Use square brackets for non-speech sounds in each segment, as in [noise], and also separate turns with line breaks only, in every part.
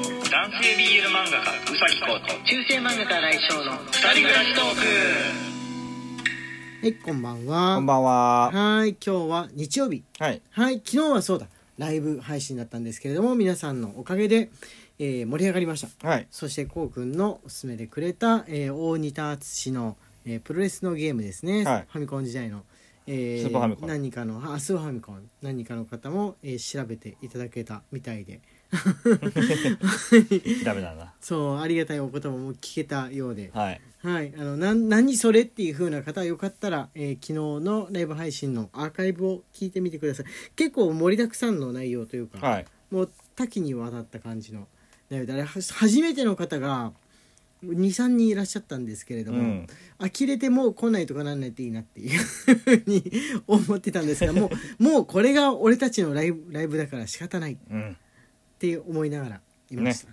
系 BL 漫画家うさぎこと
中世漫画家来翔の
二人暮らしトーク
はいこんばんは
こんばんは。
はーい今日は日曜日
はい。
はい昨日はそうだライブ配信だったんですけれども皆さんのおかげで、えー盛り上がりました
はい。
そしてこうくんのおすすめでくれた、えー大仁田淳の、えープロレスのゲームですね、
はい
ファミコン時代の、え
スーパーファミコン
何かのあスーパーファミコン何かの方も、えー調べていただけたみたい
[laughs]
で [laughs]
ダメなんだ。
そうありがたいお言葉も聞けたようで
はい。
はい、あのな何それっていう風な方はよかったら、えー昨日のライブ配信のアーカイブを聞いてみてください結構盛りだくさんの内容というか、
はい。
もう多岐にわたった感じの内容であれは初めての方が23人いらっしゃったんですけれど
う
も、
ん。
呆れてもう来ないとかなんないといいなっていうふうに思ってたんですがもうもうこれが俺たちのライブライブだから仕方ないっ
うん。
て思いながらいました、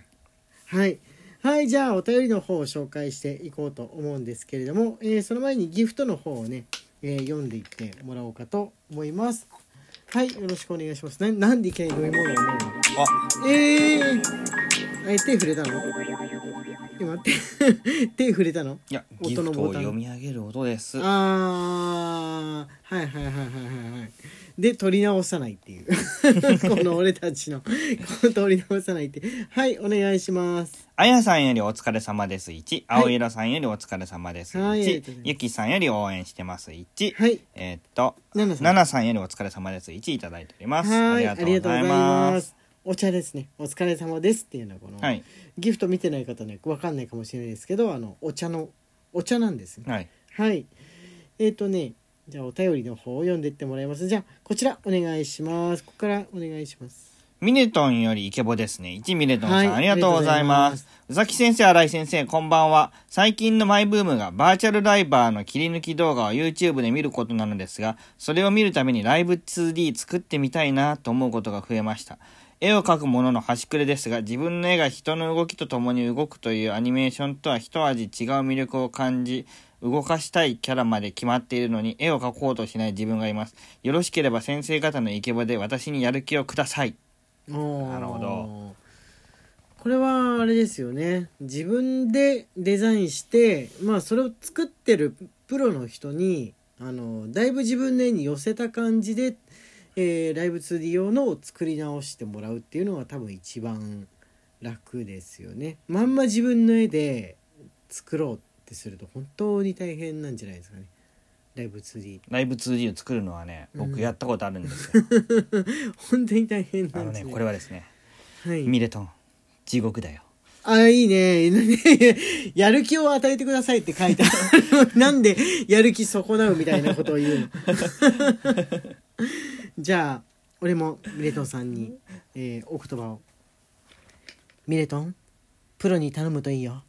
はいはいじゃあお便りの方を紹介していこうと思うんですけれども、えーその前にギフトの方をね、えー読んでいってもらおうかと思いますはいよろしくお願いしますななんでいきなり飲み物を飲むの
あ、
えー、え手触れたの今手手 [laughs] 触れたの
いや、ギ
音の
フト
ボ
を
タン
読み上げる音です。は
あーはいはいはいはいはいはいで取り直さない
[laughs]
っていうこの俺たちのこの取り直さないってはいお願いします
あやさんよりお疲れ様です。1。
はい
青色さんよりお疲れ様です。
はいありがとうございま。
1
す
ゆきさんより応援してます。1。
はい
えーっと、
ナナさん
ななさんよりお疲れ様です。1いただいております。
は
あり
い
が
あ
と
りが
うご
とうご
ざ
ざい
い
ま
ます。
すお茶ですねお疲れ様ですっていうのはこの、
はい。
ギフト見てない方ねわかんないかもしれないですけどあのお茶のお茶なんですね
はい。
はい。えっ、とね、じゃあお便りの方を読んでってもらいます。じゃあこちらお願いします。ここからお願いします。
ミネトンよりイケボですね。1ミネトンさん、
はい
ありがとうござい
ありがとうございま
ますす。宇崎先生、新井先生、こんばんは。最近のマイブームがバーチャルライバーの切り抜き動画を YouTube で見ることなのですが、それを見るためにライブ 2D 作ってみたいなと思うことが増えました。絵を描くものの端くれですが、自分の絵が人の動きとともに動くというアニメーションとは一味違う魅力を感じ、動かしたいキャラまで決まっているのに絵を描こうとしない自分がいます。よろしければ先生方のイケボで私にやる気をください。
なるほ
なるほど。
これはあれですよね。自分でデザインして、まあそれを作ってるプロの人に、あのだいぶ自分の絵に寄せた感じで、えーライブ 2D 用のを作り直してもらうっていうのが多分一番楽ですよね。まんま自分の絵で作ろうってすると本当に大変なんじゃないですかね。ライブ 2D
ライブ 2D を作るのはね
う
僕
ん
やったことあるんですよ、
本当に大変
あ
な
の
んで [laughs]
ね
すね。
これはですね
はい
ミレトン地獄だよ
あ、いいね。 [laughs] やる気を与えてくださいって書いてあ
[laughs]
る。なんでやる気損なうみたいなことを言うの。 [laughs] じゃあ、俺もミレトンさんに、えーお言葉を。ミレトン、プロに頼むといいよ。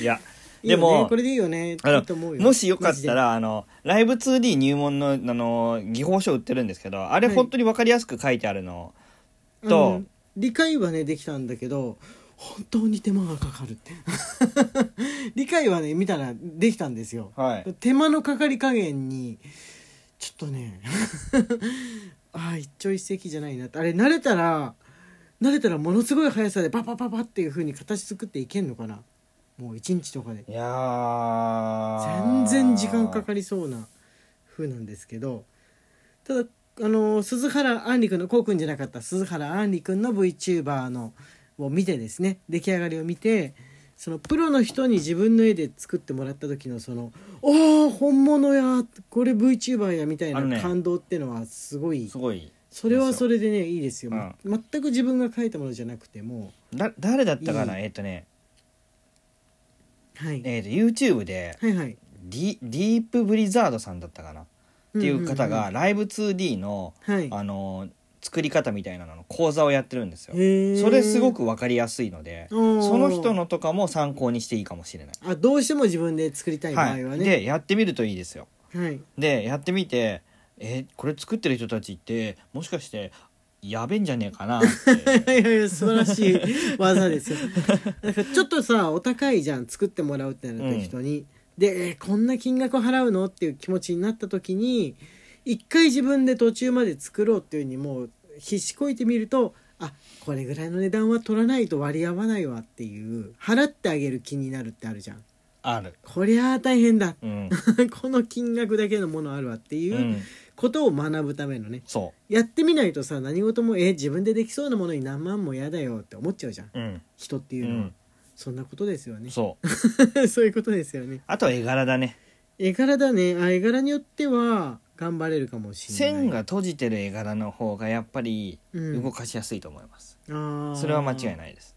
いや
いいよね
でも
これでいいよね。いい
あの
と思うよ
もしよかった。らあのライブ 2D 入門のあの技法書売ってるんですけどあれ
はい
本当に分かりやすく書いてあるの、
マジで
と
うん理解はね、できたんだけど、本当に手間がかかるって。 [laughs] 理解はね、見たらできたんですよ。
はい
手間のかかり加減にちょっとね [laughs] ああ一朝一夕じゃないなってあれ慣れたら慣れたらものすごい速さでパパパパっていう風に形作っていけんのかなもう一日とかで
いやー
全然時間かかりそうな風なんですけどただあの鈴原杏里くんのこうくんじゃなかった鈴原杏里くんの VTuber のを見てですね出来上がりを見てそのプロの人に自分の絵で作ってもらった時のその「おお本物やこれ VTuber や」みたい
あの
な
ね
感動っていうのはすごい、
すごい
それはそれでねいいですよ、
うん
全く自分が描いたものじゃなくても
だ誰だったかないえっ、とね
はい、
えっ、と YouTube で
はいはい
ディディープブリザードさんだったかなっていう方
んん
がライブ 2D の、
うんはい
あの作り方みたいなのの講座をやってるんですよ
へー
それすごく分かりやすいので
おー
その人のとかも参考にしていいかもしれない、
あどうしても自分で作りたい場合は
は
ね、
い、でやってみるといいですよ
はい、
でやってみてえーこれ作ってる人たちってもしかしてやべんじゃねえ
[laughs]
かなって
いやいや素晴らしい [laughs] 技ですよなんかちょっとさお高いじゃん作ってもらうってなった人に、でえーこんな金額払うのっていう気持ちになった時に一回自分で途中まで作ろうっていうふうにもう必死こいてみるとあこれぐらいの値段は取らないと割り合わないわっていう払ってあげる気になるってあるじゃん
ある。
こりゃあ大変だ、 [laughs]
うん。。
この金額だけのものあるわっていううんことを学ぶためのね
そ
やってみないとさ何事もえ自分でできそうなものに何万も嫌だよって思っちゃうじゃん
う。うん。
人って
う
いうのは、
ん。
そんなことですよね
そ
[laughs]
う。
そういうことですよね。
あとは絵柄だね。
絵柄だね。あ絵柄によっては頑張れるかもしれない。
線が閉じてる絵柄の方がやっぱり
うん
動かしやすいと思います。
あ
それは間違い
い。
ないです。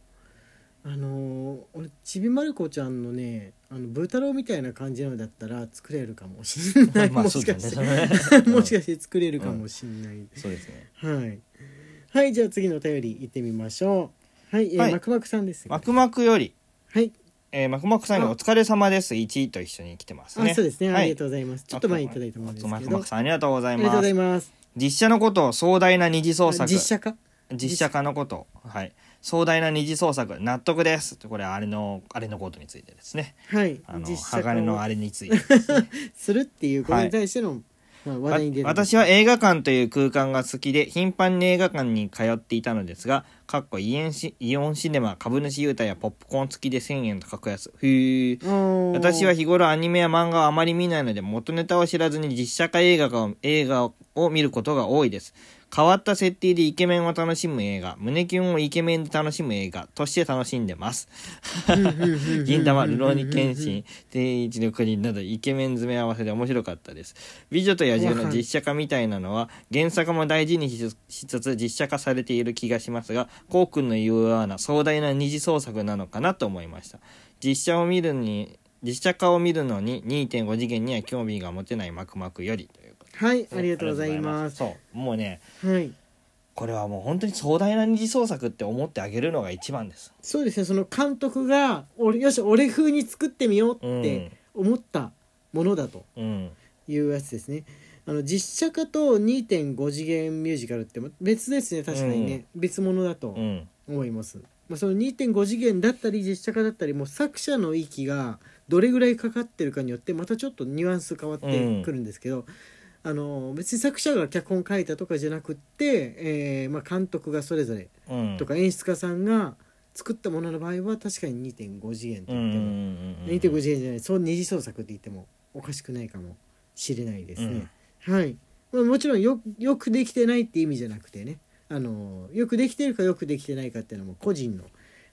あのー俺ちびまる子ちゃんのねあのブー太郎みたいな感じのだったら作れるかもしれない。もしかして、 [laughs]
て
もしかして作れるかもしれない。
そうですね。
はい。はいじゃあ次のお便り行ってみましょう。はい、えー
はい
マクマクさんです、ね。
マクマクより、
はい。
えー、マクマクさんがお疲れ様です1位と一緒に来てます
あ、
ね。
そうですね、
はい
ありがとうございます。ちょっと前にいただいたものですけど。
マクマクさ
あ
んありがとうござい
りがとう
ま
ござい
す。
ます。
実写のことを壮大な二次創
あ
作。
実写化。
実写化のことはい壮大な二次創作納得ですこれあれのあれのことについてですね
はい。
あの
実写化
鋼
を
のあれについてですね
するっていうことに対しての、まあ、 [laughs] 話
わ
題に出る
私は映画館という空間が好きで頻繁に映画館に通っていたのですがかっこイエンシイオンシネマ株主優待やポップコーン付きで1000円と格安ふー私
私
は日頃アニメや漫画をあまり見ないので元ネタを知らずに実写化映画が映画を見ることが多いです変わった設定でイケメンを楽しむ映画胸キュンをイケメンで楽しむ映画として楽しんでます [laughs] 銀玉ルローニケンシン天一の国などイケメン詰め合わせで面白かったです美女と野獣の実写化みたいなのは原作も大事にしつつ実写化されている気がしますがこうくんの言うような壮大な二次創作なのかなと思いました実写を見るに実写化を見るのに2.5次元には興味が持てないマクマクよりということ
はい
で
ありがとうございます
ありがとうございますそうもうね
はい
これはもう本当に壮大な二次創作って思ってあげるのが一番です
そうですねその監督が俺よし俺風に作ってみようって思ったものだと
うん
いうやつですね、あの実写化と2.5次元ミュージカルって別ですね確かにね、別物だと
うん
思います、まあ、その2.5次元だったり実写化だったりもう作者の息がどれぐらいかかってるかによってまたちょっとニュアンス変わってくるんですけど、あの別に作者が脚本書いたとかじゃなくって、えーまあ、監督がそれぞれ
うん
とか演出家さんが作ったものの場合は確かに2.5次元と
うんう
言
ん
っても、
うんうん
2.5次元じゃないそう二次創作って言ってもおかしくないかもしれないですね。はい、まあ、もちろんよよくできてないって意味じゃなくてねあのよくできてるかよくできてないかっていうのも個人の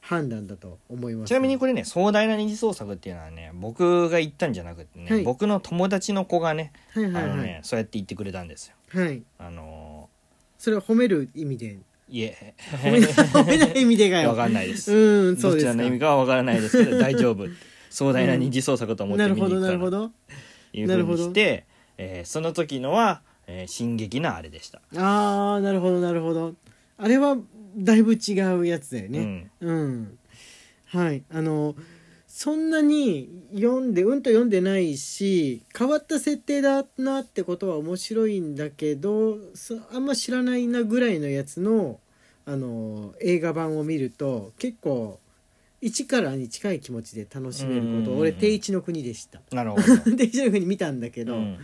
判断だと思います
ちなみにこ
れ
れね壮大な二次創作っていうのはね僕が言ったんじゃなくてね、
はい
僕の友達の子がね
はい
あ
はい
の
は
ね、
い、
そうやって言ってくれたんですよ
はい、
あの
それは褒める意味で
ーいえ
褒め褒めない意味でか
わ
よ
[laughs] かんないです
うんそう
ど
で
ち
す
ら
か
の意味かはわからない
[laughs]
ですけど大丈夫壮大な二次創作と思って
な
見
る
に
ほど
行く
な
か
る
ら
ほ
と
ど
いうふうにして、えーその時のは、えー進撃のあれでした、
あーなるほどなるほどあれはだいぶ違うやつだよね、
うん
うん、はいあのそんなに読んでうんと読んでないし変わった設定だなってことは面白いんだけどそあんま知らないなぐらいのやつのあの映画版を見ると結構1からに近い気持ちで楽しめること
うん
を俺定一の国でした。 [laughs]
なるほど、
定一の国見たんだけど、
[laughs] うん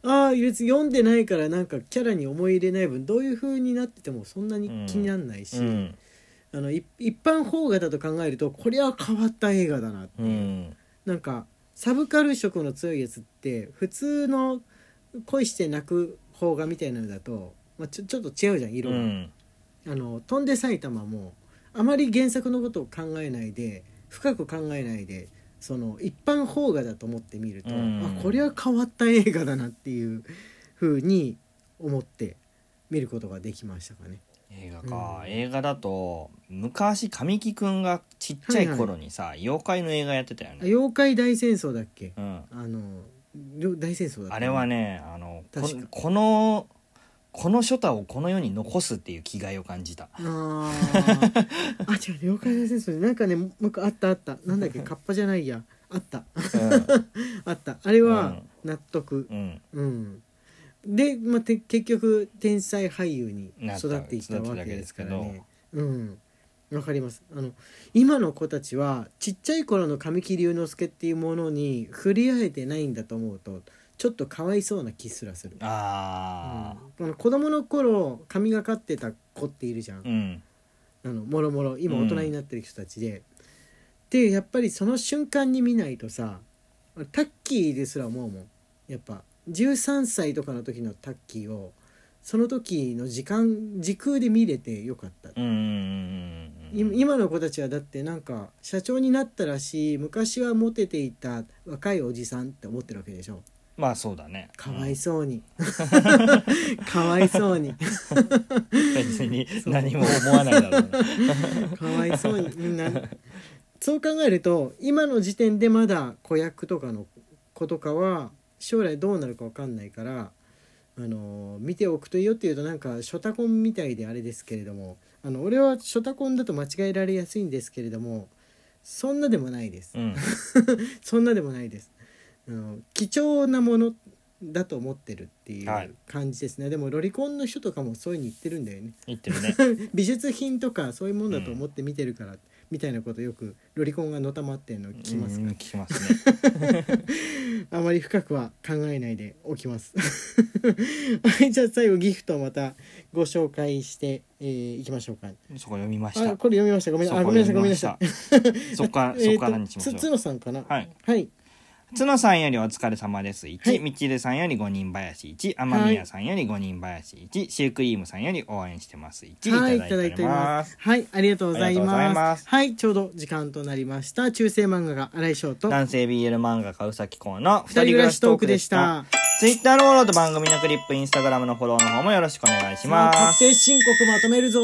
ああ別に読んでないからなんかキャラに思い入れない分どういう風になっててもそんなに気にならないし、
うん
あのい一般邦画だと考えるとこれは変わった映画だなって
う
いう、
ん
なんかサブカル色の強いやつって普通の恋して泣く邦画みたいなのだと、まあ、ちょちょっと違うじゃん色
う
が、
ん
あの飛んで埼玉もあまり原作のことを考えないで深く考えないでその一般邦画だと思ってみると、
うん
あこれは変わった映画だなっていう風に思って見ることができましたかね。
映画か、映画だと昔神木くんがちっちゃい頃にさ、妖怪の映画やってたよ
あ
ね、
妖怪大戦争だっけ
うん、
あのりょ大戦争だった
あれはねあのこ
確か
このこの書太をこの世に残すっていう気概を感
[laughs]
じた
あーあ違う妖怪大戦争でなんかねもう一個あったあったなん
[laughs]
だっけカッパじゃないやあったあったあれは納得
うん、うん
うん、で、まあ、て結局天才俳優に
なった
育っていったわけですから
育ってる
ねうんわかりますあの今の子たちはちっちゃい頃の神木隆之介っていうものに触れ合えてないんだと思うとちょっとかわいそうな気すらする
ああ
うん、この子供の頃神がかってた子っているじゃん、
うん
あのもろもろ今
うん
大人になってる人たちで、でやっぱりその瞬間に見ないとさタッキーですら思うもんやっぱ13歳とかの時のタッキーをその時の時間時空で見れてよかった、
うんうん
い今の子たちはだってなんか社長になったらしい昔はモテていた若いおじさんって思ってるわけでしょ
まあそうだね
かわいそう
[laughs]
にかわいそうに
うん別に何も思わないだろう
[laughs]
ね
かわいそうにみんなそう考えると今の時点でまだ子役とかの子とかは将来どうなるか分かんないから、あの見ておくといいよっていうとなんかショタコンみたいであれですけれどもあの俺はショタコンだと間違えられやすいんですけれどもそんなでもないです、 [laughs]
うん
そんなでもないですあの貴重なものだと思ってるってい
はいう
感じですね、でもロリコンの人とかもそういうふうに言ってるんだよね
言ってるね
美術品とかそういうもんだと思って見てるから、みたいなことよくロリコンがのたまってんの聞きます
う
が、
ん聞きますね
あまり深くは考えないでおきます [laughs] はいじゃあ最後ギフトをまたご紹介して、えーいきましょうか
そこ読みました
あこれ読みましたごめん
そ
あ
こ
ごめんなさ
読
いごめん
みま
な
し
さ
た
い
そこからそこから何にしまし
えーとつ
ょう
角さんかな
はい
はい
角さんよりお疲れ様です1、
はい
みちるさんより5人林1天宮さんより5人林1、シュークリームさんより応援してます1、
はい、
いただいております。
はい、ありがとうございます。
ありがとうございます
はい、ちょうど時間となりました。中世漫画が荒井翔と。
男性 BL 漫画家うさきこうの二
二人暮
人暮
ら
ら
し
し
ト
ト
ー
ー
ク
ク
で
で
し
したた Twitter のフォローと番組のクリップ Instagram のフォローの方もよろしくお願いしま
確
す
定申告まとめるぞ。